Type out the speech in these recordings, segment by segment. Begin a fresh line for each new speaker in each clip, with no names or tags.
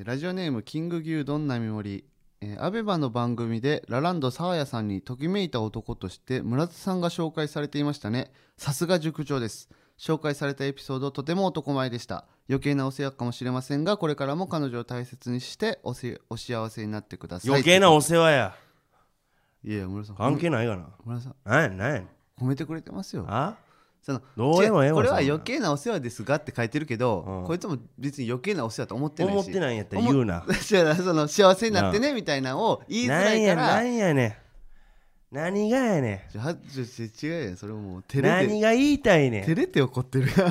ーラジオネームキング牛丼並盛えー、アベマの番組でラランドサーヤさんにときめいた男として村田さんが紹介されていましたねさすが塾長です紹介されたエピソードとても男前でした余計なお世話かもしれませんがこれからも彼女を大切にしておせお幸せになってください
余計なお世話や
いやいや村田さん
関係ないがな
村田さん
なんやなんや
褒めてくれてますよ
あ
その
どうでもええ
違うこ
わ
れは
そんな
余計なお世話ですがって書いてるけど、
うん
こいつも別に余計なお世話と思ってないし
思ってないんやったら
思っ
言うな
違う その幸せになってねみたいなのを言いづ
な
ら
ん
いか
やな
ら
んやねん何がやね
じゃあちょちょ違うやんそれもう照
ん
れ
何
て
が言いたいね
照
ん
れて怒ってるやん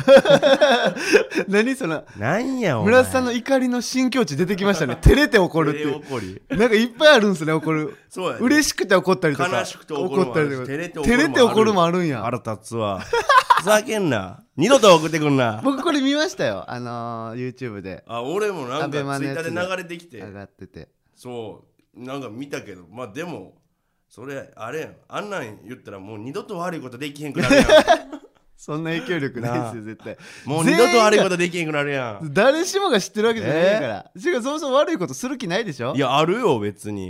何その
なんやお前
村瀬さんの怒りの新境地出てきましたね照れて怒るって
照れ怒り
なんかいっぱいあるんですね怒る
そうやね
嬉しくて怒ったりとか
悲しくて怒るもあるし
怒ったりとか
照
照
れ
れ
て
て
怒
怒る
るも
も
あ
あるんや
腹立つわふざけんな二度と送ってくんな
僕これ見ましたよあのー YouTube で
あ俺もなん
アベ
か
マ
ツ
の
イ
や
ッタ
つで
ーで流れてきて
上がってて
そうなんか見たけどまあでもそれあれやんあんなん言ったらもう二度と悪いことできへんくなるやん
そんな影響力ないですよ絶対
もう二度と悪いこととできへんくなるやん
誰しもが知ってるわけじゃないから、しかもそもそも悪いことする気ないでしょ
いやあるよ別に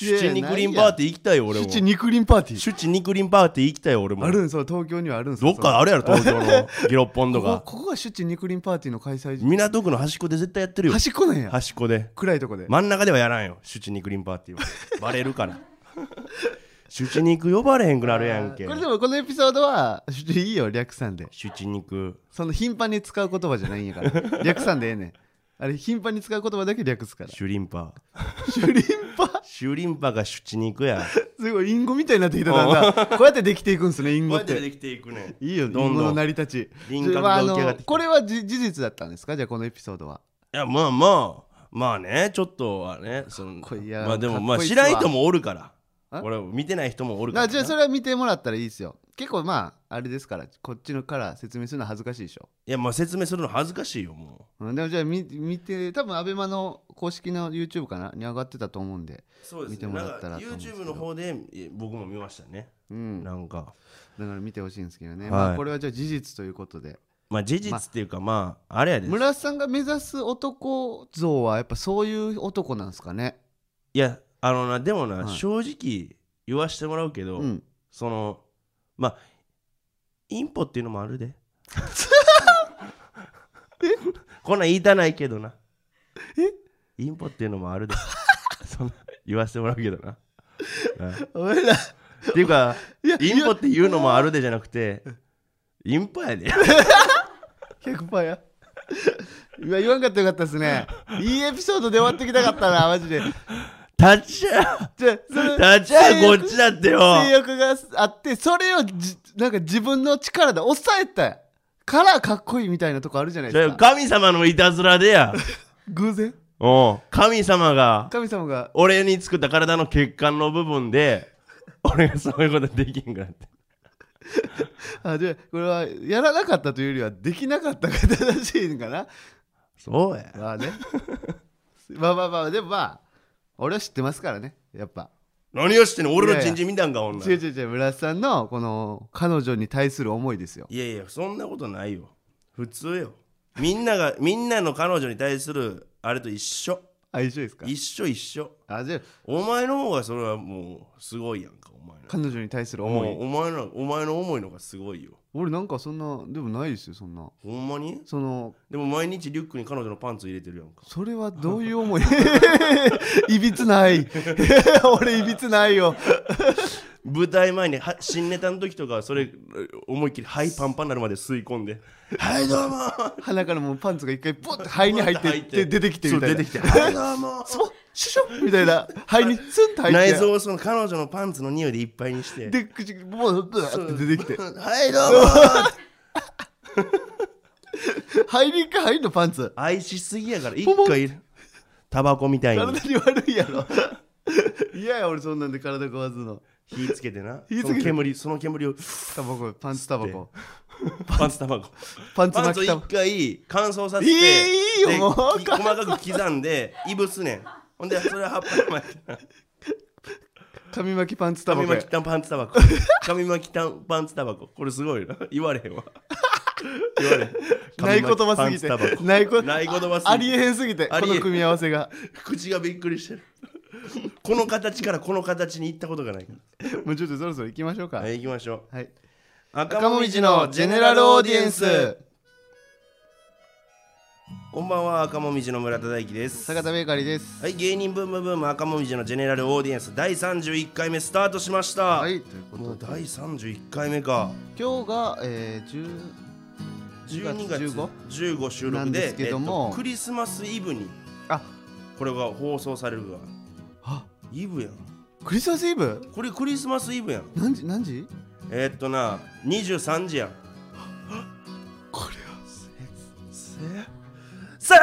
いやいや
シュチニクリンパーティー行きたいよ俺
シ
も
ュチ肉林パーティー
シュチニクリンパーティー行きたいよ俺も
あるんそう東京にはあるんです
ど
よ
っかあるやろ東京のギロッポン
そ
と
のこ
か
こここがシュチ肉林パーティーの開催地
港区の端っこで絶対やってるよ
端っこなんや
端っこで
暗いとこで、
真ん中ではやらんよシュチニクリンパーティーはバレ るからシュチ肉呼ばれへんくなるやんけ
これでもこのエピソードはシュチいいよ略さんで
シュチ肉
その頻繁に使う言葉じゃないん やから略さんでええねんあれ頻繁に使う言葉だけ略 すから
シュリンパ
シュリンパ
シュリンパがシュチ肉や
すごいインゴみたいになってきただんだんこうやってできていくんですねインゴって
できていくね
いいよ、
ど
リン
んどん
ゴの成り立ち。
輪郭が
まああ
浮き上がっ
の
てきた
これはじ事実だったんですかじゃあこのエピソードは。
いやまあまあまあねちょっとはねその
こいいいや
まあでも
かっ
まあ
こいいっす
知
わ
らん人もおるから
あ
俺見てない人もおるから
あじゃあそ
れ
れは見てもらったらいいですよ。結構まあ、あれですから、こっちのから説明するのは恥ずかしいでしょ。
いやまあ説明するの恥ずかしいよもう
うんでもじゃあ見見て、多分アベマの公式の YouTube かなに上がってたと思うんで。
そ
で
う
すね見てもらったらと思うんですけど
YouTube の方でえ僕も見ましたね
うん、だ
なんか
から見てほしいんですけどね、
はい
まあ、これはじゃあ事実ということで
まあ事実っていうかまああれやで
村瀬さんが目指す男像はやっぱそういう男なんですかね
いやあのなでもな、
はい
正直言わしてもらうけど、
うん
そのまあインポっていうのもあるでこんなん言いたないけどなインポっていうのもあるで そんな言わしてもらうけどなな
俺ら
っていうか
いや
インポっていうのもあるでじゃなくてインポやで
100%や。今言わんかったらよかったですね。いいエピソードで終わってきたかったな、マジで。
立ちゃ
じゃあその
立ちゃこ
性
っ
欲
ちだってよ
性欲があって、それをじなんか自分の力で抑えたからかっこいいみたいなとこあるじゃない
それ
です
は
か。
神様のいたずらでや
偶然
うん神様が
神様が。
俺に作った体の血管の部分で俺がそういうことできんくなって
あじゃあこれはやらなかったというよりはできなかったが正しいんかな。
そうや
まあね。まあまあまあ、でもまあ、俺は知ってますからね、やっぱ。
何をしてんの俺
い
の
やいや
チンチン見たんか女
違う違う違う、村瀬さんのこの彼女に対する思いですよ。
いやいやそんなことないよ普通よみんなが みんなの彼女に対するあれと一緒
あ、一緒ですか
一緒一緒
あ、じゃあ
お前の方がそれはもうすごいやんかお前の
彼女に対する思
もう
い
お前のお前の思いの方がすごいよ
俺なんかそんなでもないですよそんな
ほんまに
その
でも毎日リュックに彼女のパンツ入れてるやんか
それはどういう思い いびつない 俺いびつないよ
舞台前には新ネタの時とかはそれ思いっきり肺パンパンになるまで吸い込んで「はいどうも!」
鼻からもうパンツが一回ボッて肺に入ってで出てきてみたいな
そう出てきて「はいど うも!
スポッシュシュッみたいな肺にスンと」入って
内臓をその彼女のパンツの匂いでいっぱいにして
で口もうブワーって出てきて
はいどうも
肺に一回入んのパンツ
愛しすぎやから一
ポポ
回タバコみたいに
体に悪いやろいやや俺そんなんで体壊すの
火つけてな
火つけて
その煙その煙を
タバコパンツタバコ
パンツタバコ
パンツ
パン
巻
ツ
きタ
を
バ
一
コ
回乾燥させて
いいいいよ
で
もう
き細かく刻んでいぶすねんほんでそれは葉っぱに巻いてな
紙巻きパンツタバ
紙
コや
巻きタンパンツタバコ紙巻きタンパンツタバコこれすごいな言われへんわ言われ
ない言葉すぎて
紙巻きパ ンツタバコ
ないこ
ない言葉すぎて
ありえへんすぎてこ
ありえへん
の組み合わせが
口がびっくりしてる この形からこの形に行ったことがないか、
もうちょっとそろそろ行きましょうから
はい、行きましょう
はい
赤
赤もみじのジェネラルオーディエンス
こんばんは赤もみじの村田大樹です
坂田ベーカリーです
はい芸人ブームブーム赤もみじのジェネラルオーディエンス第31回目スタートしました、
はいというこ
もう
とで
第31回目か
今日がえー10
12
12
月
月
15,
15
収
な
録
ん
で
ですけども
えっとクリスマスイブに
あ
これが放送されるわ
あ
イブやん
クリスマスイブ
これクリスマスイブやん
何時何時
えっとな23時やん
これは
セックスセックスセッ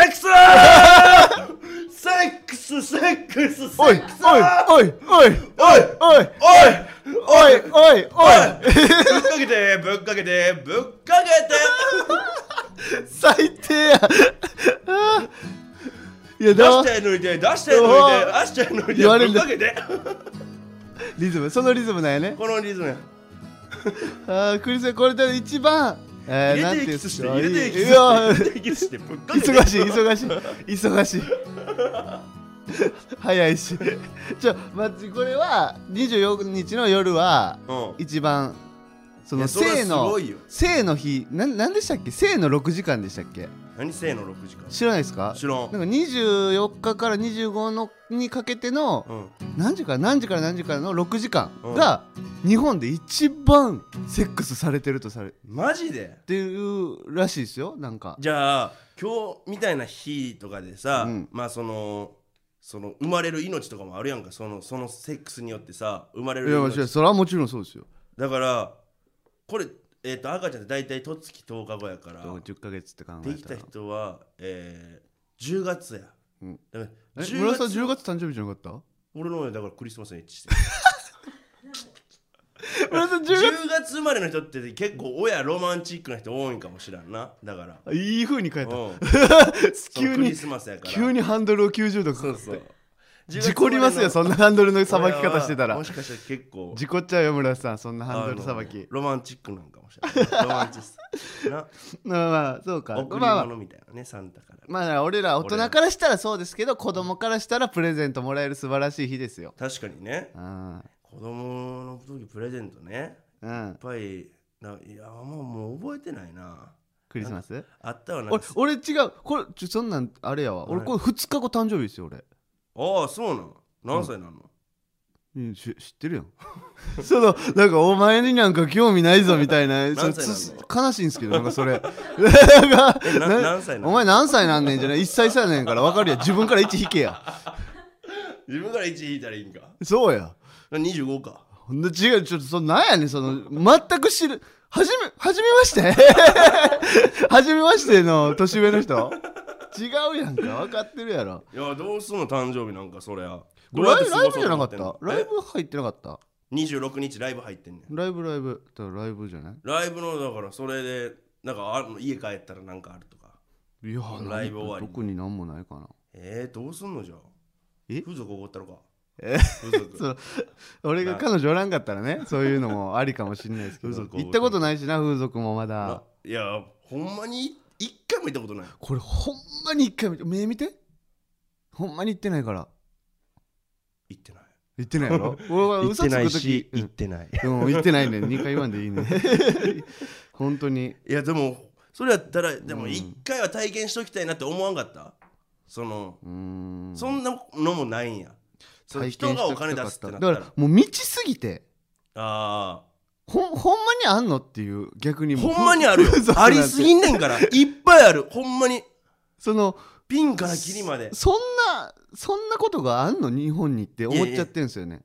クスセ
おい
ックス
おいおい
おい
おい
おい
おいおいおい
ぶっかけてぶっかけてぶっかけて
最低やあー いや
出
だ
して抜いて出して抜いて出して抜いて
言われ
ぶ
る
っ
んだ
かけて
リズムそのリズムなんやね
このリズムや
あークリスマスこれで一番えー
入
な
れ
ん
て
い
エ
う
キスして
か
入れてエキス
いや
して入れてエキスしてぶっかけて
忙しい忙しい忙しい 早いしちょ待ってこれは24日の夜は
うん
一番そ
い
の
やそれは
生
す
の
ごいよ
生の日なんなんでしたっけ生の6時間でしたっけ
何せの6時間
知らないですか
知らん
なんか24日から25のにかけての
うん
何時から何時から何時からの6時間が日本で一番セックスされてるとされっ
マジで
ていうらしいですよなんか
じゃあ今日みたいな日とかでさ、
うん
まあそのその生まれる命とかもあるやんかそのそのセックスによってさ生まれ
い
る
や
命
それはもちろんそうですよ
だからこれ、えっと赤ちゃんって大体とつき10日後やから
10ヶ月って考
できた人は、えー、10月や、
うん
だか
え
ら
村田さん
10
10月誕生日じゃなかった
俺の親だからクリスマスに一致 してる
村田さん10
10月生まれの人って結構親ロマンチックな人多いんかもしらんなだから
月いい風に変えた
うんその
急
クリ
に
スマスやか ら
急にハンドルを90度
そ
か
うそう
事故りますよそんなハンドルの さばき方してた
も
ら
しかしたら結構
事故っちゃうよ村田さんそんなハンドルさば
あの
き
ロマンチックなんかもしれないロマンチストな
まあまあそうか
贈り
まあまあ
物みたいなねサンタから
まあ俺ら大人からしたらそうですけど子供からしたらプレゼントもらえる素晴らしい日ですよ
確かにね
うん
子供の時プレゼントねや
うん
っぱりないやまあもう覚えてないな
クリスマス
あったわな
俺俺違うこれちょそんなんあれやわ俺これ2日後誕生日ですよ俺
ああそうなの何歳なの、
うん、し知ってるやん そのなんかお前になんか興味ないぞみたい なそ
何歳なの
のつ悲しいんですけどなんかそ れなんか
えな
な
何歳な
お
の
前何歳なんねんじゃない1歳差やねんから分かるやん自分から1引けや
自分から1引いたらいいんか
そうや
25か
ほんで違うちょっとそのなんやねんその全く知るはじめはじめましてはじめまして の年上の人違うやんか分かってるやろ
いやどうすんの誕生日なんかそりゃどう
ラ
やっ
イ
て
ブ
過
ライブじゃ
ごそうと
な
思
かっ
ってんの
たライブ入ってなかった
26日ライブ入ってんねん
ライブライブだからライブじゃない
ライブのだからそれでなんかあ家帰ったらなんかあるとか
いや
ライブ終わり
特になんもないかな
えー、どうすんのじゃあ
え
風俗おごったのか
え
風俗
そう俺が彼女おらんかったらねそういうのもありかもしれないですけど
風俗を
行ったことないしな風俗もまだ
あいやほんまに一回も行ったことない
これほんまに一回見て目見てほんまに行ってないから
行ってない
行ってないや ろ俺は嘘つく時うん
てない
うん行ってないね2回言わん でいいね本当に
いやでもそれやったらでも
うん
一回は体験しときたいなって思わんかったその
うーん
そんなのもないんやその
体
人
験し
がお
ときた
金
か
出
っ
すったてな
だ
っ
か
た
ら
ら
もう未知すぎて
あ
ほんほんまにあんのっていう逆に
あ
もう
ほんまにある よ
風俗な
あ
んて
りすぎんね んからいっぱいあるほんまに
その
ピンからキリまで
そんなそんなことがあんの日本にって思っちゃってるんですよね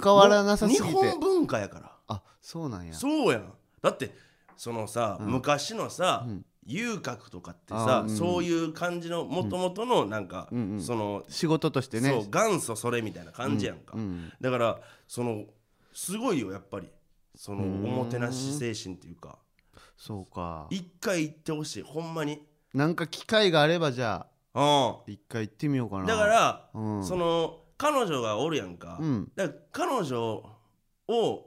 関わらなさすぎて
日本文化やから
あそうなんや
そうやんだってそのさ、
うん
昔のさ、
うん
遊郭とかってさ、
あーうん
そういう感じのもともとのなんか、
うんうん
その、
仕事としてね
そう元祖それみたいな感じやんか、
ううん
だからそのすごいよやっぱりそのお
うん
もてなし精神っていうか
そうか
一回行ってほしいほんまに
なんか機会があればじゃあ
う
一回行ってみようか
ん
な
だから、
うん
その彼女がおるやんか、
うん
だから彼女を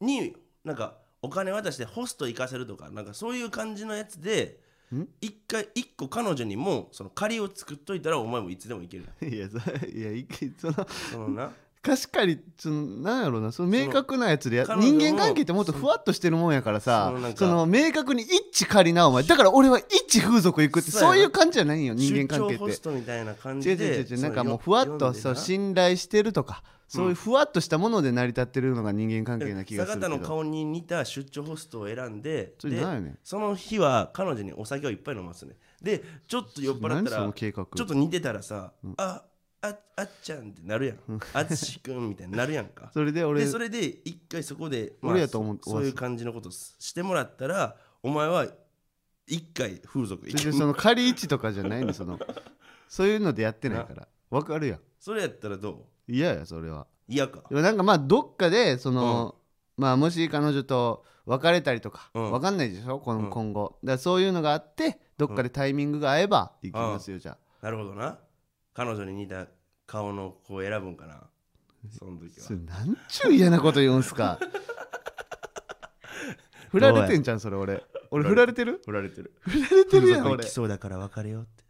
になんかお金渡してホスト行かせるとかなんかそういう感じのやつで
ん
一回一個彼女にもその借りを作っといたらお前もいつでも行ける
いやそいやいけその
そのな
確かにそのなんやろうなその明確なやつでや
その彼
人
女も
間関係ってもっとふわっとしてるもんやからさ
そ
そ
のなんか
の明確に一致借りなお前だから俺は一風俗行くって
そうやな
そういう感じじゃないよ 人間関係
出張ホ
って
ストみたいな感
違う
じ
違
で
う違う違うな
その
んかもうふわっ
読
と
んで
そう
な
信頼してるとかそういうふわっとしたもので成り立ってるのが人間関係な気がす
坂
る
田
け
の
ど
顔に似た出張ホストを選んで
それ
で
何やねん
その日は彼女にお酒をいっぱい飲ますねでちょっと酔っ払っ
何
た
そ
ら
の
ち
計画
ょっと似てたらさ、あああっちゃんってなるやんあつしくんみたいになるやんか
それで俺
で それで一回そこで、
俺やと思う
そそういう感じのことすしてもらったらお前は一回風俗行
全
け
然その仮位置とかじゃないのそのそういうのでやってないからわかるやん
それやったらど
嫌やそれは
う嫌か
でもなんかまあどっかでその、まあもし彼女と別れたりとか、
うん
わかんないでしょこ
う
の
ん
今後だからそういうのがあってどっかでタイミングが合えば行きますよ、じゃあ
なるほどな彼女に似た顔の子を選ぶんかなその時は
それなんちゅう嫌なこと言うんすか 振られてんじゃんそれ俺俺振られてる
振られてる
振られてるやん
風俗行
俺
きそうだから別れようって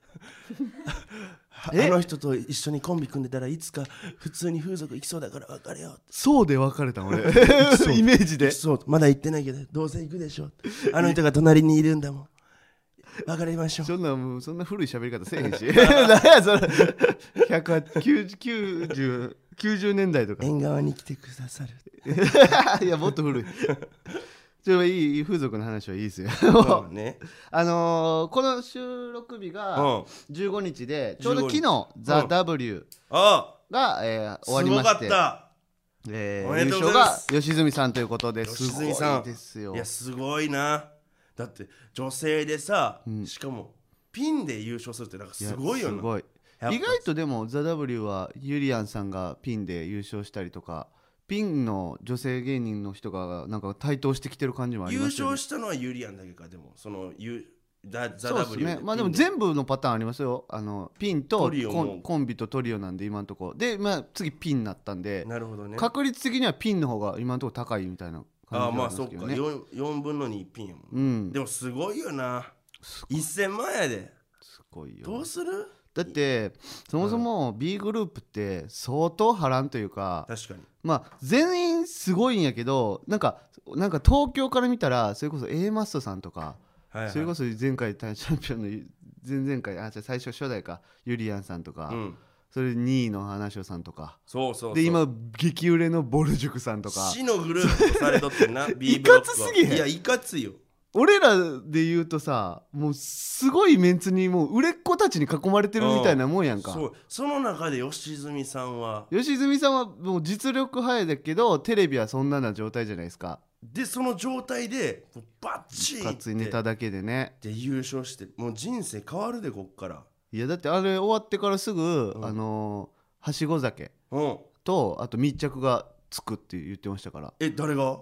あ
え
の人と一緒にコンビ組んでたらいつか普通に風俗行きそうだから別れようって
そうで別れたん俺
そ う
イメージで
行きそうまだ行ってないけどどうせ行くでしょってあの人が隣にいるんだもん別れましょう
そんなもうそんな古い喋り方せえへん し何やそれ190 90年代とか
縁側に来てくださ る
いやもっと古いちょいい風俗の話はいいです よ
そうね
あのーこの収録日
うん
が
あ
15日でちょうど昨日「
うん
THEW
あ」
が、えー
す
終わり
ご
ま
か
し
ってた
えー
おめでとう
優
ご
勝
ざいま
が
す
良純さんということです
良純さん
ごいですよ
いやすごいなだって女性でさ、
ん
しかもピンで優勝するってなんかすごいよ
や
な
すごい
やっぱ
意外とでも「THEW」はゆりやんさんがピンで優勝したりとかピンの女性芸人の人がなんか台頭してきてる感じもあり
優
ますよ
勝
ね
したのはユリアンだけかでもそのユダザ
そうです
W
ねまあでも全部のパターンありますよあのピンと
トリオ
コ
も
ンコンビとトリオなんで今のところで、まあ、次ピンになったんで、
なるほどね
確率的にはピンの方が今のところ高いみたいな
ああ
感じ
ま
なん
あ
で
そ
す
っ
け
か
どね
4, 4分の2ピンやもん、
うん
でもすごいよな
す
1000万やです
ごい
ど
よ
うする
だってそもそも B グループって相当波乱というか
確かに
まあ全員すごいんやけどなんかなんか東京から見たらそれこそ A マストさんとか
はい、はい、
それこそ前回チャンピオンの前々回あじゃあ最初初代かゆりやんさんとか、
うん、
それ2位の花椒さんとか
そうそうそう
で今激売れのボル塾さんとか
死のグループとされとって んな B ブロックはい
かつすぎへん
いやいかついよ
俺らで言うとさもうすごいメンツにもう売れっ子たちに囲まれてるみたいなもんやんか。
そうその中で良純さんは
吉住さんはもう実力派やだけどテレビはそんなな状態じゃないですか
でその状態でこうバッチリ
かついネタだけでね
で優勝してもう人生変わるでこっから
いやだってあれ終わってからすぐ、
うん
あのーはしご酒
うん
とあと密着がつくって言ってましたから
え誰が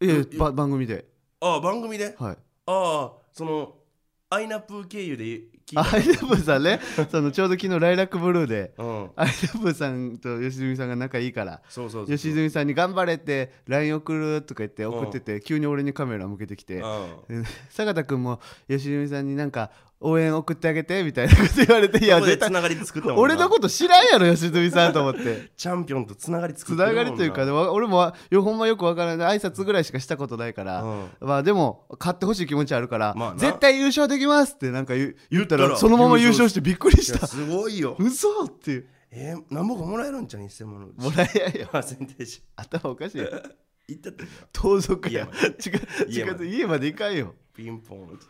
いや
よ
ば番組で
ああ番組で
はい
ああそのアイナプー経由で聞い
あ
た
アイラブーさんねそのちょうど昨日「ライラックブルーで」
うん
アイラブーさんと吉住さんが仲いいから
そうそうそう
吉住さんに「頑張れ」って LINE 送るとか言って送ってて急に俺にカメラ向けてきて
う
で坂田君も吉住さんになんか応援送ってあげてみたいなこと言われてい
ん
や
ここで
絶
つ
対
ながり作ったもんな
俺のこと知らんやろ吉住さんと思って
チャンピオンとつながり作
つ
って
な
るも
が
んな
りというかでも俺もよほんまよくわからない挨拶ぐらいしかしたことないから、
うん
まあでも買ってほしい気持ちあるから、
まあな
絶対優勝できますってなんか言う言った
言った
ら
ら
そのまま優勝してびっくり
い
し
や
た
すごいよ
嘘っていう
えー、何ぼかもらえるんじゃん1000万のうち
もらえ やよ
パーセンテージ
頭おかしいよ
いったってよ
盗賊や近
家ま
近
で
づ家まで行かんよ
ピンポンって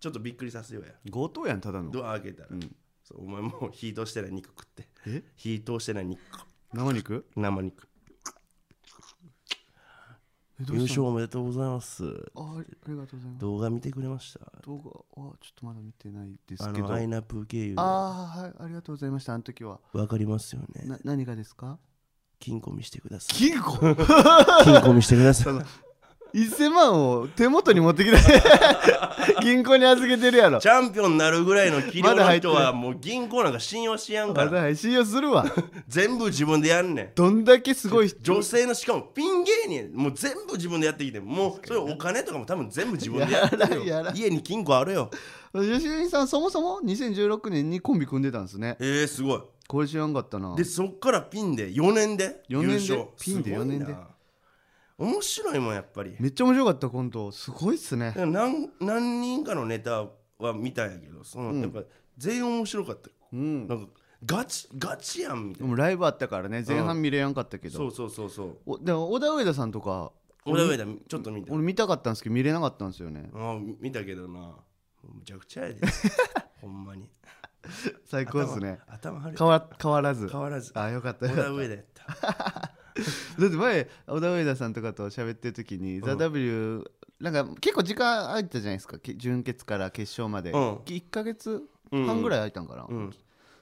ちょっとびっくりさせようや
強盗やんただの
ドア開けたら、
ん
そうお前もう火通してない肉食って
え
火通してない肉
生肉
生肉
えど
優
うした
勝おめでとうございます
あありありがとうございます
動画見てくれました
動画はちょっとまだ見てないです
あ
けど
のアイナップ経由で
ああはいありがとうございましたあの時は
わかりますよね
な何がですか
金庫見してください
金庫
金庫見してください
1000万を手元に持ってき て銀行に預けてるやろ
チャンピオンになるぐらいの器量
まだ
の
入って
人
る
はもう銀行なんか信用しやんか
ま
ら
だ信用するわ
全部自分でやんねん
どんだけすごい人
女性のしかもピン芸人もう全部自分でやってきてもうそれお金とかも多分全部自分でやってる
やらんや
よ
らん
家に金庫あるよ
吉住さんそもそも2016年にコンビ組んでたんですね
えー、すごい
これ知らんかったな
でそっからピンで4年で優
四年で
勝
ピンです
ごいな
四年で
面白いもんやっぱり
めっちゃ面白かったコントすごいっすね
何何人かのネタは見たんやけどその、
うん
やっぱ全員面白かった
うん
なんかガチガチやんみた
で
いな
もライブあったからね前半見れやんかったけど、
そうそうそうそう
おでも小田上田さんとか
俺はちょっと見た
俺見たかったんですけど見れなかったんですよね
ああ見たけどなむちゃくち ゃやでほんまに
最高ですね
頭頭張るよ
変わ変わらず
変わらず
あよかった
小
よかっ
田上田やった
た だって前小田上田さんとかと喋ってる時に「
ん
THEW」なんか結構時間空いたじゃないですかけ準決から決勝まで、
うん
1か月半ぐらい空いたんかな、
うん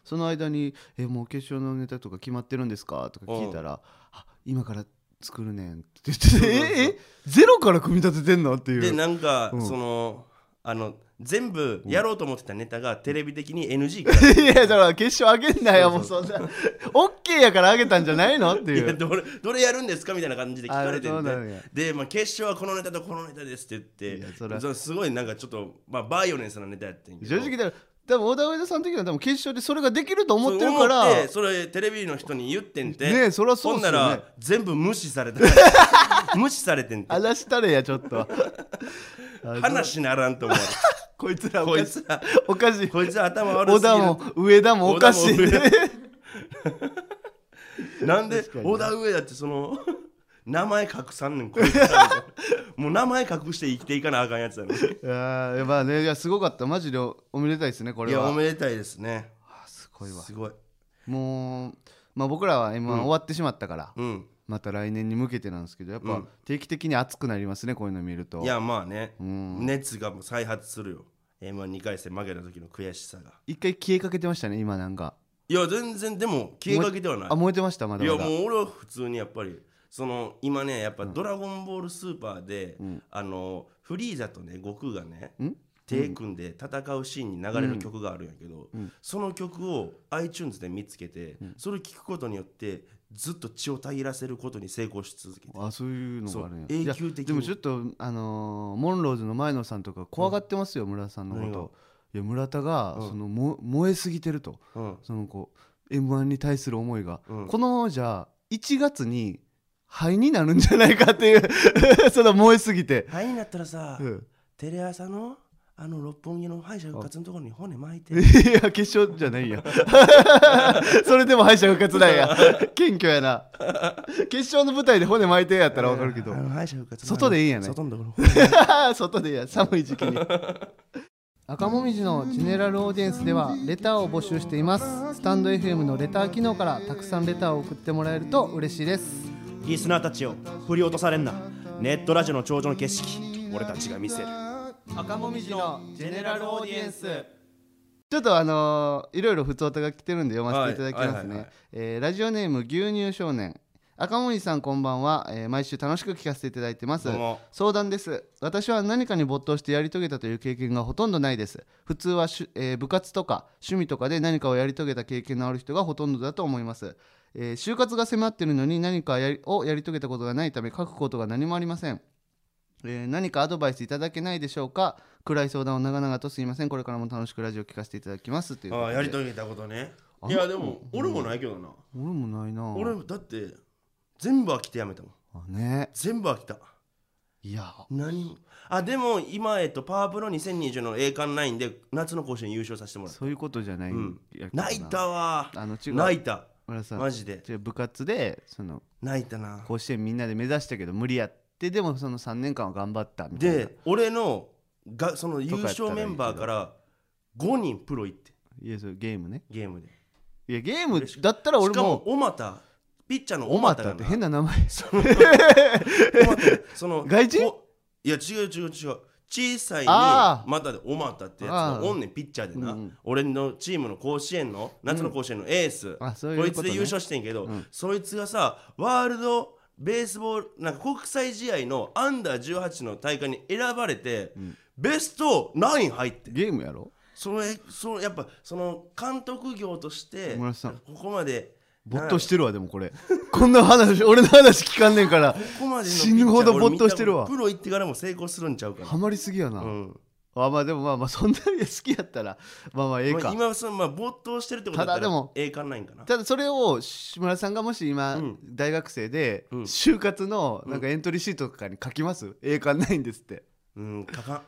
その間に「えもう決勝のネタとか決まってるんですか?」とか聞いたら「あ今から作るねん」って言ってて「 ええゼロから組み立ててんの?」っていう
でなんか、
うん
そのあの全部やろうと思ってたネタがテレビ的に NG か
いやだから決勝あげんなよもうそんなオッケーやからあげたんじゃないのって
ら
い
いや
う
どれどれやるんですかみたいな感じで聞かれて
あそうなんや
んでで、まあ、決勝はこのネタとこのネタですって
い
言っ
や
て
そら
それすごいなんかちょっと、まあ、バイオレンスなネタやってんけ
正
ど
直だから多分小田上田さん的には多分決勝でそれができると
そう
思ってるから
思ってそれテレビの人に言ってんて
ねえそらそうっすよね
ほんなら全部無視 された無視されてんて
話したれやちょっと
話しならんと思う
こいつらお
こ
か
い
しい
つら
おかしい
こいつ頭
小
悪すぎる
田も上田もおかしい
小田も
ね
なんで
確かにね
小田上だってその 名前隠さんねんこいつらみたいなもう名前隠して生きていかなあかんやつだね
あーまあねいやすごかったマジでおおめでたいですねこ
い
れ
やお
は
めでたいですね
あすごいわ
すごい
もうまあ僕らは M1 終わってしまったから、
うん
また来年に向けてなんですけどやっ
う
ぱ
ん
定期的に熱くなりますねこういうの見ると
いやまあね
うん
熱がもう再発するよ m 1 2回戦負けた時の悔しさが
一回消えかけてましたね今なんか
いや全然でも消えかけてはない
あ燃えてましたまだ
いや
ま
も
だ
う俺は普通にやっぱりその今ねやっぱ「ドラゴンボールスーパーで」
うん
あのフリーザとね悟空がね
ん
手組んで戦うシーンに流れる曲があるんやけど、
うん
その曲を iTunes で見つけて、それを聴くことによってずっと血をたぎらせることに成功し続けて
あそういうのがあるんや
そう
いや
永久的に
でもちょっとあのーモンローズの前野さんとか怖がってますよ、村田さんのこ
何が
といや村田が、
うん
そのも燃えすぎてると
うん
そのこう m 1に対する思いが、
うん
このままじゃ1月に灰になるんじゃないかっていう その燃えすぎて、
はいになったらさ、
うん
テレ朝のあの六本木の敗者復活のところに骨巻いて
いや決勝じゃないや それでも敗者復活なん や謙虚やな決勝の舞台で骨巻いてやったら分かるけど
あの敗者復活の
外でいいんやね
外のところに骨巻いて
外でや寒い時 期に赤もみじのジェネラルオーディエンスではレターを募集していますスタンド FM のレター機能からたくさんレターを送ってもらえると嬉しいです
リスナーたちを振り落とされんなネットラジオの頂上の景色俺たちが見せる
赤もみじのジェネラルオーディエンスちょっとあのーいろいろ普通歌が来てるんで読ませていただきま
は
す
いはいはい
ね
はい
えーラジオネーム牛乳少年赤もみじさんこんばんは、えー毎週楽しく聞かせていただいてます
どうも
相談です私は何かに没頭してやり遂げたという経験がほとんどないです普通はしゅ、えー部活とか趣味とかで何かをやり遂げた経験のある人がほとんどだと思います、えー就活が迫っているのに何かやりをやり遂げたことがないため書くことが何もありません、えー何かアドバイスいただけないでしょうか暗い相談を長々とすいませんこれからも楽しくラジオ聞かせていただきますということ
あ
で
やり遂げたことね
あ
いやでも俺もないけどな、
俺もないな
俺だって全部飽きてやめたもん
あね
全部飽きた
いや
何もあでも今えっとパワープロ2020の栄冠9で夏の甲子園優勝させてもらった
そういうことじゃない、
うん
やけどな
泣いたわ
あの違う
泣いた
村田さん
マジで
違う部活でその
泣いたな
甲子園みんなで目指したけど無理やってでもその3年間は頑張ったみたいな
で俺のがその優
とかやったらいい
勝
けど
メンバーから5人プロ行って
いやそれゲームね
ゲームで
いやゲームだったら
し
俺
かも
も
小俣ピッチャーの
オ
小
マ
俣
タ
が
っ
な
て変な名前
その小俣 その
外人
こいや違う違う違う小さいに
あー
またでおまたってやつ
あ
が
ー
おんねんピッチャーでな、
うんうん
俺のチームの甲子園の夏の甲子園のエース、
あそういう
こ
こ
い
と
つ
ね
で優勝してんけど、
うん
そいつがさワールドベースボールなんか国際試合のアンダー18の大会に選ばれて、ベスト9入って
ゲームやろ
そのえそのやっぱその監督業として
村瀬さん
ここまで
ぼっとしてるわでもこれこんな話俺の話聞かんねんから
ここまでの
死ぬほど没頭してるわ
ピッチャー俺見たプロ行ってからも成功するんちゃうか
ハマりすぎやな、
な、うん、
あまあでもまあまあそんなに好 きやったらまあまあええ
まあ
か、
今はそのまあ没頭してるってこと
ただでも
栄冠ないんかな
ただそれを村さんがもし今、
うん
大学生で、
うん
就活のなんかエントリーシートとかに書きます、栄冠ないんですって
うんか かん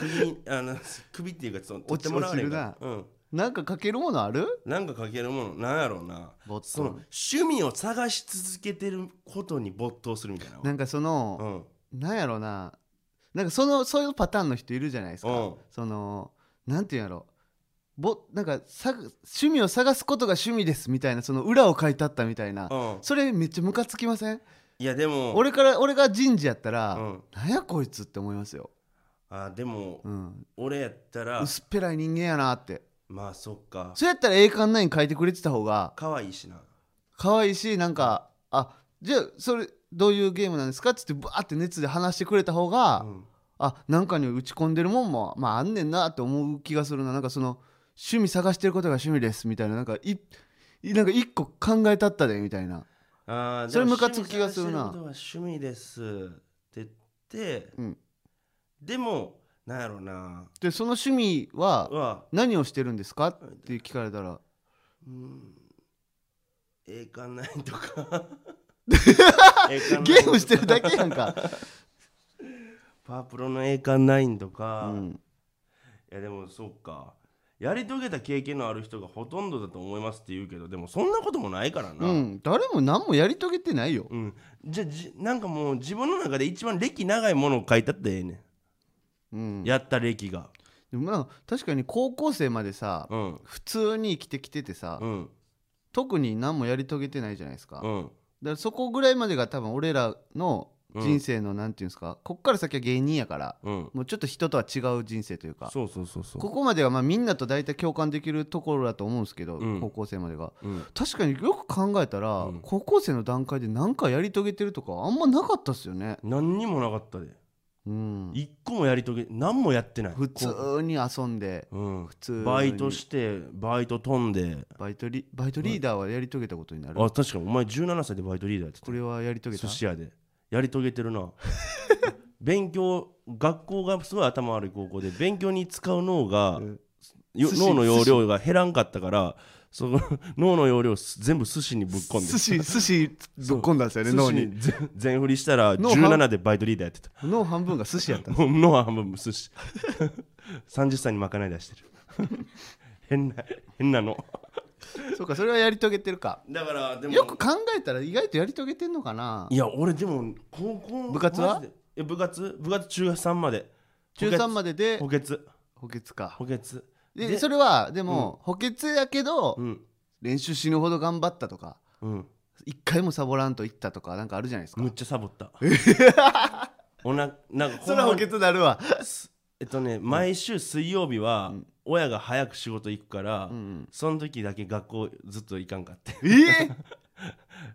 首にあの首っていうかその取
落
って
ち
もらわれん
落
か
ち
らうん
なんか書けるものある
なんかかけるものなんやろうな
没頭
その趣味を探し続けてることに没頭するみたいな
なんかその、
うん
なんやろななんかそのそういうパターンの人いるじゃないですか、
うん
そのなんていうんやろぼなんかさ趣味を探すことが趣味ですみたいなその裏を書いてあったみたいな、
うん
それめっちゃムカつきません、
いやでも
俺から俺が人事やった
う
ら、
ん
なんやこいつって思いますよ、
あでも
うん、
俺やったら
薄っぺらい人間やなって
まあそっか
それやったら栄冠ナイン書いてくれてた方が
可愛いしな
可愛いしなんかあじゃあそれどういうゲームなんですかっつってバーって熱で話してくれた方が、
うん
あなんかに打ち込んでるもんもまああんねんなって思う気がするななんかその趣味探してることが趣味ですみたいななんかいいなんか一個考えたったでみたいな
あー
それ
でも
ムカつく気がするな
趣味探してることは趣味ですって言って、
うん
でもなんやろうな
でその趣味は
は
何をしてるんですかって聞かれたら
うん栄冠ないとか
ゲ
栄冠ないとか
ームしてるだけやんか、
パワープロの栄冠ナインと
う
か、い
ん、
やでもそっかやり遂げた経験のある人がほとんどだと思いますって言うけどでもそんなこともないからな、
うん、誰も何もやり遂げてないよ
うんじゃあじなんかもう自分の中で一番歴長いものを書いたってええね
うん
んやった歴が
でもまあ確かに高校生までさ、
うん
普通に生きてきててさ、
うん
特に何もやり遂げてないじゃないですか、
う
だか
ん
らそこぐらいまでが多分俺らの人生のなんていうんですか、こっから先は芸人やから
うん
もうちょっと人とは違う人生というか
そうそうそうそう
ここまではまあみんなと大体共感できるところだと思うんですけど、
うん
高校生までが
うん
確かによく考えたら、
うん
高校生の段階で何かやり遂げてるとかあんまなかったっすよね
何にもなかったで
うん
一個もやり遂げ何もやってない
普
こ
通に遊んで
ううん
普通に
バイトしてバイト飛んで
バイトリバイトリーダーはやり遂げたことになる
あ確かにお前17歳でバイトリーダーやって
こ
た
れはやり遂げた
寿司屋でやり遂げてるな 勉強学校がすごい頭悪い高校で勉強に使う脳が
うん
よ
寿司
脳の容量が減らんかったからその脳の容量す全部寿司にぶっ込んで
寿司寿司ぶっ込んだんですよね
寿
脳
司
に
に全全振りしたら
脳半
17でバイトリーダーやってた
脳半分が寿司や った
もう脳は半分寿司 30歳にまかない出してる 変な変なの
そうかそれはやり遂げてるか
だからでも
よく考えたら意外とやり遂げてんのかない
や俺でも高校
部活は
マジでえ部活部活中3まで
中3までで
補欠
補欠か
補欠
で
で
それはでも、補欠やけど、
うん
練習死ぬほど頑張ったとか
うん
一回もサボらんと行ったとかなんかあるじゃないですか
むっちゃサ ボったおななんかほ
そ
ん
れは
ま
補
に
欠なるわ、
えっとね毎週水曜日は
うん
親が早く仕事行くから
うんうん、
その時だけ学校ずっと行かんかって
えー、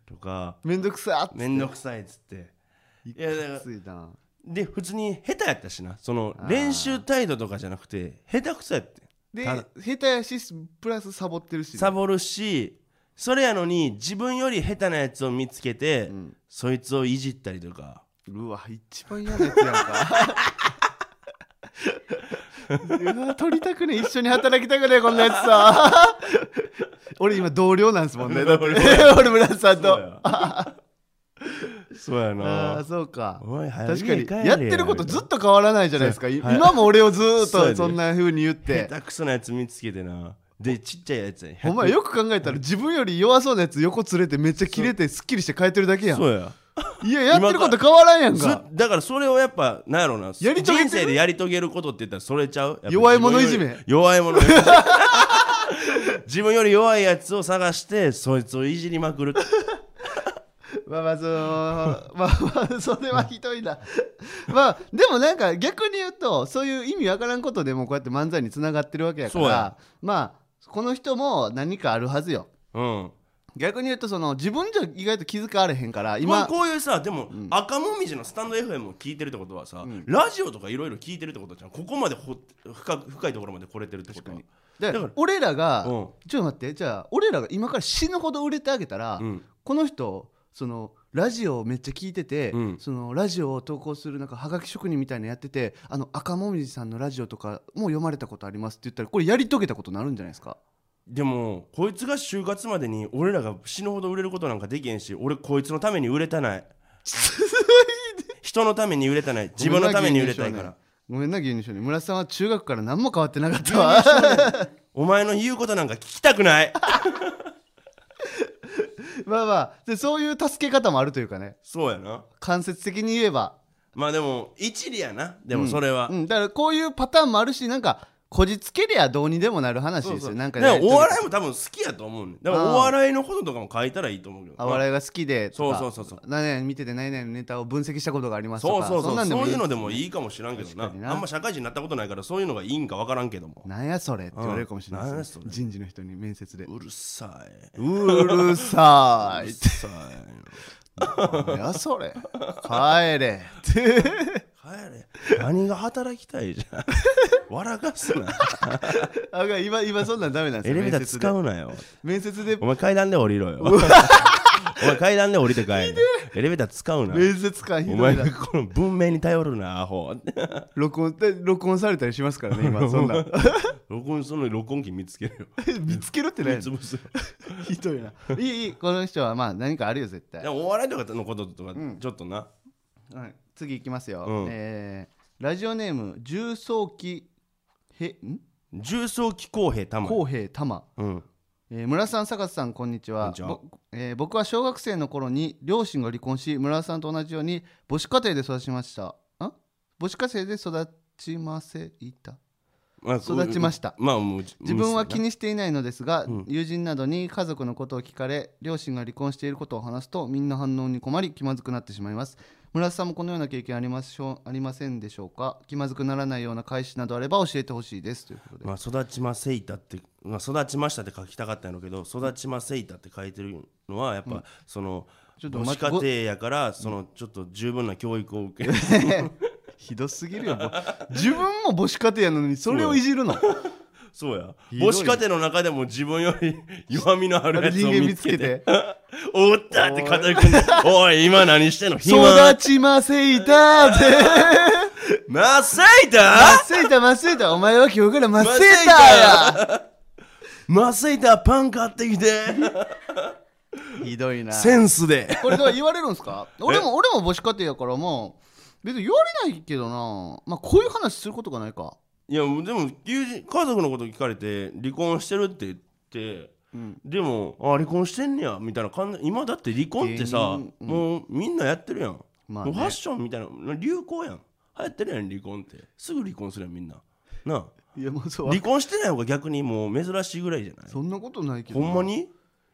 とか
めんどくさっ
めんどくさいっつっていやだから
ついな
で普通に下手やったしなその
あー
練習態度とかじゃなくて下手くそやって
で
ただ
下手やしプラスサボってるしね、
サボるしそれやのに自分より下手なやつを見つけて、
うん
そいつをいじったりとか
うわ一番嫌なやつやんか うわ取りたくねえ一緒に働きたくねえこんなやつさ 俺今同僚なんですもんねだって
同僚
俺村瀬さんと
そう
あ
や
あ
な
そうか
お前早
確かに
家帰れ
やってることずっと変わらないじゃないですか
そう
い
はい
今も俺をずーっ
そうや
と
で
そんな風に言っ
下
て
手くそなやつ見つけてなでちっちゃいやつや
お前よく考えたら自分より弱そうなやつ横連れてめっちゃキレてすっきりして帰ってるだけやん
そうや
いややってること変わらんやん
ず
か
だからそれをやっぱなんやろうな
やり遂げてる
人生でやり遂げることって言ったらそれちゃうやっぱ
弱い者いじめ
弱い者い じめ自分より弱いやつを探してそいつをいじりま くる
まあまあ そのまあまあそれはひどいな まあでもなんか逆に言うとそういう意味わからんことでもこうやって漫才につながってるわけやか
そう
ら
や
まあこの人も何かあるはずよ
うん
逆に言うとその自分じゃ意外と気づかれへんから
今、
今
こういうさでも、赤もみじのスタンド FM を聞いてるってことはさ、ラジオとかいろいろ聞いてるってことじゃんここまでほ深く深いところまで来れてるってことは
だか
だから
ら俺らが、
うん
ちょっと待ってじゃあ俺らが今から死ぬほど売れてあげたら、
うん
この人そのラジオをめっちゃ聞いてて、
うん
そのラジオを投稿するなんかはがき職人みたいなのやっててあの赤もみじさんのラジオとかも読まれたことありますって言ったらこれやり遂げたことになるんじゃないですか
でもこいつが就活までに俺らが死ぬほど売れることなんかできへんし俺こいつのために売れ たない人のために売れたない自分のために売れたいから
ごめんな牛乳少年村瀬さんは中学から何も変わってなかったわ
お前の言うことなんか聞きたくない
まあまあでそういう助け方もあるというかね
そうやな
間接的に言えば
まあでも一理やなでもそれは、
うん、だからこういうパターンもあるしなんかこじつけりゃどうにでもなる話ですよなんか
でもお
い
笑いも多分好きやと思うねんだからお笑いのこととかも書いたらいいと思うけど
お笑いが好きでとか
そうそうそうそ
何々見てて何々のネタを分析したことがありますと
そう
か
そうそ
ん
う
なんで
そ
も
ういうので
い
もいいかもしらんけど
確
な
かにな
あんま社会人になったことないからそういうのがいいんかわからんけども
いなんやそれって言われるかもしれない
うんなん
で
や
す
そ
ね
れ
人事の人に面接で
うるさいう
るさ
う
いっ
るさい
てなんやそれ帰れって
帰れ何が働きたいじゃん 笑か すな
あ今今そんなんダメなんです
エ
よ
レベーター
面接で
使うなよ
面接で
お前階段で降りろよお 前階段で降りて帰れエレベーター使うな
面接官ひ
お
ど
前
いな
がこの文明に頼るな アホ
録音で録音されたりしますからね今そん なん
録音その録音機見つける よ
見つけろってないの
潰すよ
ひどいな。いい、いい、この人はまあ何かあるよ、絶対。
でもお笑いとかのこととかちょっとな、
はい、次いきますよ。
うん
えーラジオネーム、重曹機、へ、ん
重曹機公平たま
公平玉。
うん
えー、村さん、坂津さん、こんにち
こん
は
にちは
ぼえー僕は小学生の頃に両親が離婚し、村さんと同じように母子家庭で育ちました。ん母子家庭で育ちませいた。
まあ
育ちました
まあもうう
自分は気にしていないのですが、
うん
友人などに家族のことを聞かれ両親が離婚していることを話すとみんな反応に困り気まずくなってしまいます村瀬さんもこのような経験ありますしょありませんでしょうか気まずくならないような返しなどあれば教えてほしいですということで、
まあ、育ちませいたって、まあ、育ちましたって書きたかったんやろうけど育ちませいたって書いてるのはやっぱ、その
ちょっと
母
待
子
って
家庭やからそのちょっと十分な教育を受ける
ひどすぎるよもう 自分も母子家庭やのにそれをいじる の
そうや
ひどい
母子家庭の中でも自分より 弱みのあ
あ
る
れ
やつ
人
を
間
見
見
つ
つ
け
け
て
て
「おった!」って語り込んで「おい今何してん
「
の
育
暇な
ちませい た」って
せい
「ま
た
せいたませいたお前は今日からませいたや!」
ませいたパン買ってきて
ひどいな
センスで
これだから言われるんですか俺も俺も母子家庭やからもう別に言われないけどなまあこういう話することがないか
いやでも友人家族のこと聞かれて離婚してるって言って、
ん
でもあ離婚してんねやみたいな感じ今だって離婚って
芸
さ、
人うん
もうみんなやってるやん、
まあね
もうファッションみたいな流行やん流行ってるやん離婚ってすぐ離婚するやんみんななあ
いやもうそ
離婚してない方が逆にもう珍しいぐらいじゃない
そんなことないけ
ほ
どなん
まに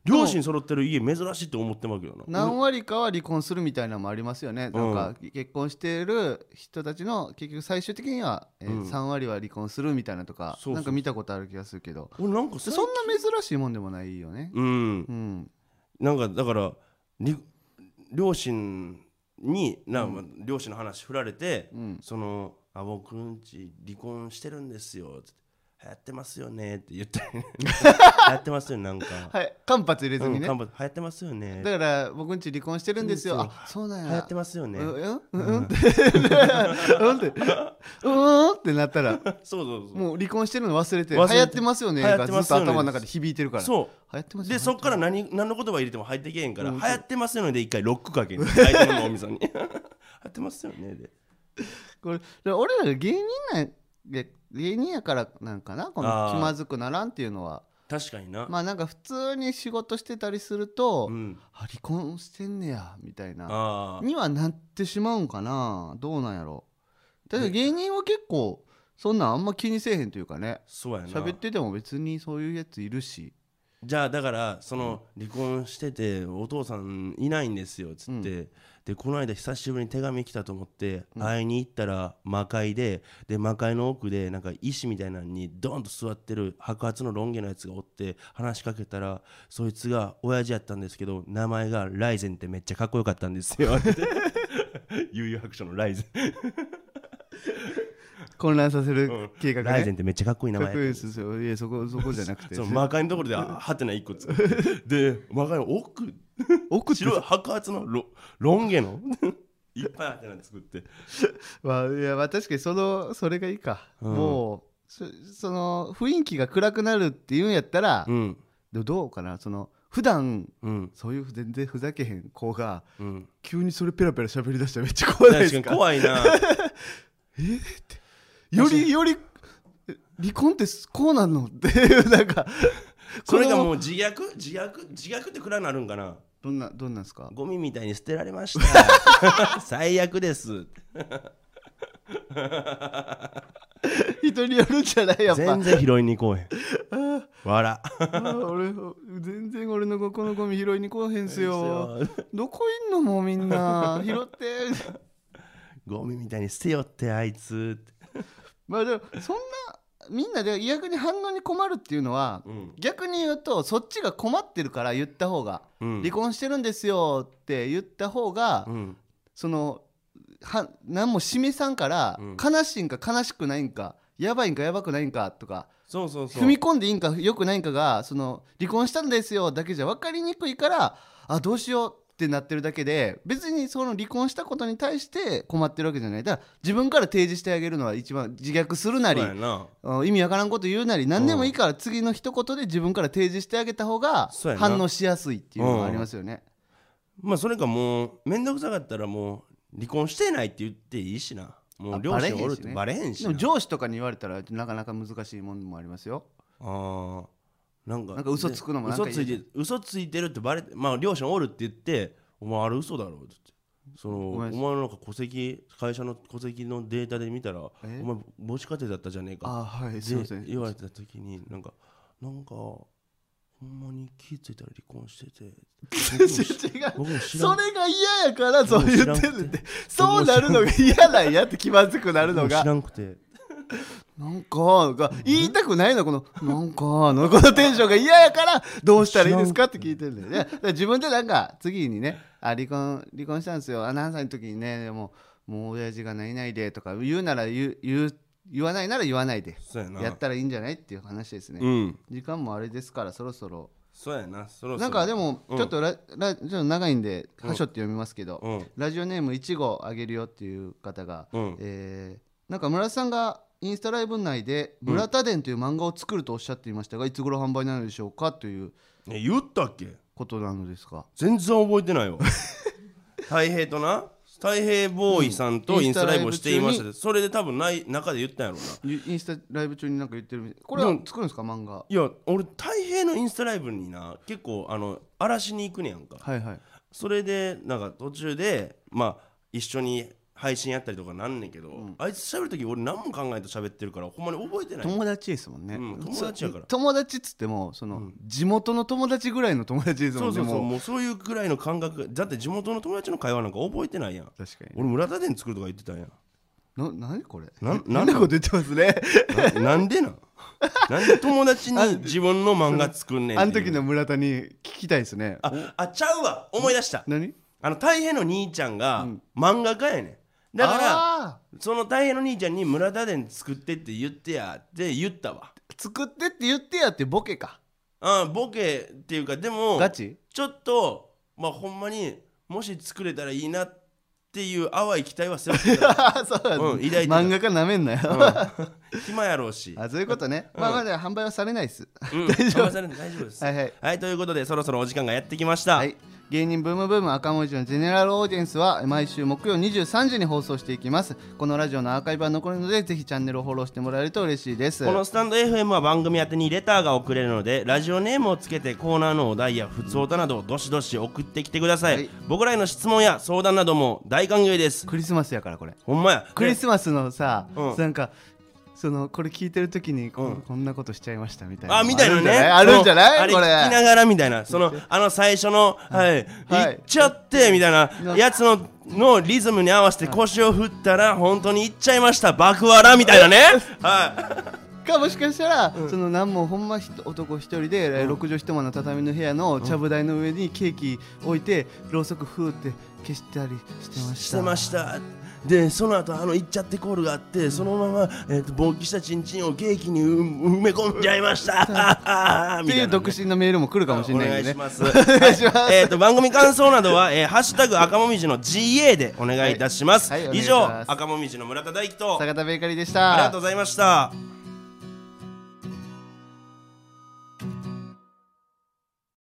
両親揃ってる家珍しいって思ってまうけどな
何割かは離婚するみたいなのもありますよね、なんか結婚してる人たちの結局最終的には、えー
うん
3割は離婚するみたいなとか
そうそう
なんか見たことある気がするけど
俺なんか
そ
さ
んな珍しいもんでもないよね
うん
うん
なんかだからり両親にな、まあ両親の話振られて、
ん
その「あ僕んち離婚してるんですよ」って「流行ってますよね」って言 って「流行ってますよねなんか」
はい間髪入れず
うん
にね、
看板流行ってますよね」
だから僕んち離婚してるんですよ
そうです
あそうなん
流
や
行ってますよ ね」
うんうんうんってうんってうんってなったら
そうそうそう
もう離婚してるの忘れて流
忘れて
行ってますよね
流行
が
っ
ず
て
っと
ますよね
頭の中で響いてるから
そう
流行ってますよ
で
ね
そっから何何の言葉入れても入ってけへんから「流行ってますよね」で一回ロックかける相手のおみそに「流 行ってますよね」で
これで俺らが芸人なんや芸人やからなんかなこの
あー
気まずくならんっていうのは
確かにな、
まあなんか普通に仕事してたりすると、
うん
あ離婚してんねやみたいな
ああ
にはなってしまうんかなどうなんやろだけど芸人は結構そんなんあんま気にせえへんというかね
そうやな
喋ってても別にそういうやついるし
じゃあだからその離婚しててお父さんいないんですよっつって、でこの間久しぶりに手紙来たと思って会いに行ったら魔界でで魔界の奥でなんか石みたいなのにドンと座ってる白髪のロン毛のやつがおって話しかけたらそいつが親父やったんですけど名前がライゼンってめっちゃかっこよかったんです よって悠々白書のライゼン
混乱させる計画ね、
ライゼンってめっちゃかっこいい名
かっ
前
こいいですよいやそこそこじゃなくて
そう魔界のところであハテナ1個つけ てで魔界の奥
奥って
白い白髪のロロン毛の いっぱいハテナで作って
まあ、いやまあ確かにそのそれがいいか、
うん
もうそその雰囲気が暗くなるっていうんやったら、
うん
でもどうかなその普段
うん
そういう全然ふざけへん子が
うん
急にそれペラペラ喋りだしたらめっちゃ怖いで
確か
す
に
か
怖いな
よりよりえ離婚ってこうなんのっていうなんか
それが
う
もう自虐自虐自虐って暗なるんかな
どんなどんなんですか
ゴミみたいに捨てられました最悪です
人によるんじゃないやっぱ
全然拾いに行こうへんわら
あー 俺全然俺のここのゴミ拾いに来おへんすよ
です
どこいんのもうみんな拾って
ゴミみたいに捨てよってあいつ
まあでもそんなみんなで逆に反応に困るっていうのは、
うん
逆に言うとそっちが困ってるから言った方が、
うん
離婚してるんですよって言った方が、
うん
そのは何も示さんから、
うん
悲しいんか悲しくないんかやばいんかやばくないんかとか
そうそうそう
踏み込んでいいんかよくないんかがその離婚したんですよだけじゃ分かりにくいからあどうしようってなってるだけで別にその離婚したことに対して困ってるわけじゃないだから自分から提示してあげるのは一番自虐するなり
そうやな
うん意味わからんこと言うなり何でもいいから次の一言で自分から提示してあげた方が
そうやな
反応しやすいっていうのがありますよね。
まあそれかもう面倒くさかったらもう離婚してないって言っていいしなも
あ
う両親おるっ
バレへんしね
てバレへんし
で
な
も上司とかに言われたらなかなか難しいもんもありますよ。
ああなんか
なんか嘘つくのもなんか
嘘ついて嘘ついてるってバレてまあ両親おるって言ってお前あれ嘘だろって言ってそのお
ごめんな
前
さい
のなんか戸籍会社の戸籍のデータで見たらお
え
前母子家庭だったじゃねえか
あはい
です
いません。
言われた時になんかなんかほんまに気づいたら離婚してて
違う
僕も知ら
そ
ん
れが嫌やからそう言ってるってそう
僕も知ら
なん
くて
るのが嫌なんやって気まずくなるの
僕も
が
知らんくて
なんかが言いたくないのこのなんかのこのテンションが嫌やからどうしたらいいですかって聞いてるんだよねだから自分でなんか次にねあ離婚離婚したんですよあ何歳の時にねでももう親父が何々でとか言うなら言う言う言わないなら言わないで
そうやな
やったらいいんじゃないっていう話ですね、
うん
時間もあれですからそろそろ
そうやなそろそろ
なんかでも
うん
ちょっとラ、ラちょっと長いんで箇所って読みますけど、
うん
ラジオネームいちごあげるよっていう方が、
うん
えーなんか村田さんがインスタライブ内で「村田伝」という漫画を作るとおっしゃっていましたが、いつ頃販売なのでしょうかという
え言ったっけ
ことなのですが
全然覚えてないわ太平とな太平ボーイさん
う
と
ん
インスタライブをしていま
イン
し
スタライブ中
たでそれで多分ない中で言ったんやろうな
インスタライブ中になんか言ってるみたいこれは作るんですか漫画
いや俺太平のインスタライブにな結構あの荒らしに行くねやんか、
はいはい
それでなんか途中でまあ一緒に配信やったりとかなんねんけど、あいつ喋る時俺何も考えて喋ってるからほんまに覚えてない
友達ですもんね、
うん友達やから
そ友達っつってもその、地元の友達ぐらいの友達です
そ
も
うん
ね
そうそう
も
もうそういうぐらいの感覚だって地元の友達の会話なんか覚えてないやん
う確かに
俺村田伝作るとか言ってたんやん
な何これ
な
なん
なん
なこと言ってます ね
ななんでなんなんで友達に自分の漫画作んねん
あ
って
の
いう
時の村田に聞きたいですね
ああちゃうわ思い出した
何
あの大平の兄ちゃんが漫画家やねんだから
ら
その大平の兄ちゃんに「村田伝作って」って言ってやって言ったわ
作ってって言ってやってボケか
あボケっていうかでも
ガチ
ちょっとまあほんまにもし作れたらいいなっていう淡い期待 は背負ってた、
そうなんだ
うん抱いてた
漫画家なめんなよ、
うん暇やろうし
あそういうことね、まあまあでも販売はされないです
うん騙されて大丈夫です
はいはい
ということでそろそろお時間がやってきました、
はい芸人ブームブーム赤文字のジェネラルオーディエンスは毎週木曜23時に放送していきますこのラジオのアーカイブは残るのでぜひチャンネルをフォローしてもらえると嬉しいです
このスタンド FM は番組宛てにレターが送れるのでラジオネームをつけてコーナーのお題や普通歌などをどしどし送ってきてください、
はい
僕らへの質問や相談なども大歓迎です
クリスマスやからこれ
ほんまや
クリ
ね
スマスのさ、
うん
なんかそのこれ聞いてる時にこ,、
うん
こんなことしちゃいましたみたいな
あみたいなね
あるんじゃないあ
そ
るん
の
じゃない
あれ聞き
これ
ながらみ たいなそのあの最初の「はい、
はい
いっちゃって」みたい
な
なやつののリズムに合わせて腰を振ったら本当にいっちゃいました爆笑みた いなねは
かもしかしたら、その何もほんまひと男一人で、えー六畳一間の畳の部屋のちゃぶ台の上にケーキ置いて、ろうそくふーって消したりしてま
い
し
したてましたでその後あの「いっちゃって」コールがあってそのまま、えー、と勃起したチンチンをケーキにう埋め込んじゃいました
っていう独身のメールも来るかもしれないんでね
お願い します。
お願いします
はいえっ、と番組感想などは、えーハッシュタグ赤もみじの GA でお願いいたします。
はいはいお願い
以
します
上赤もみじの村田大樹とあり
坂田ベーカリーでした
がとうございました。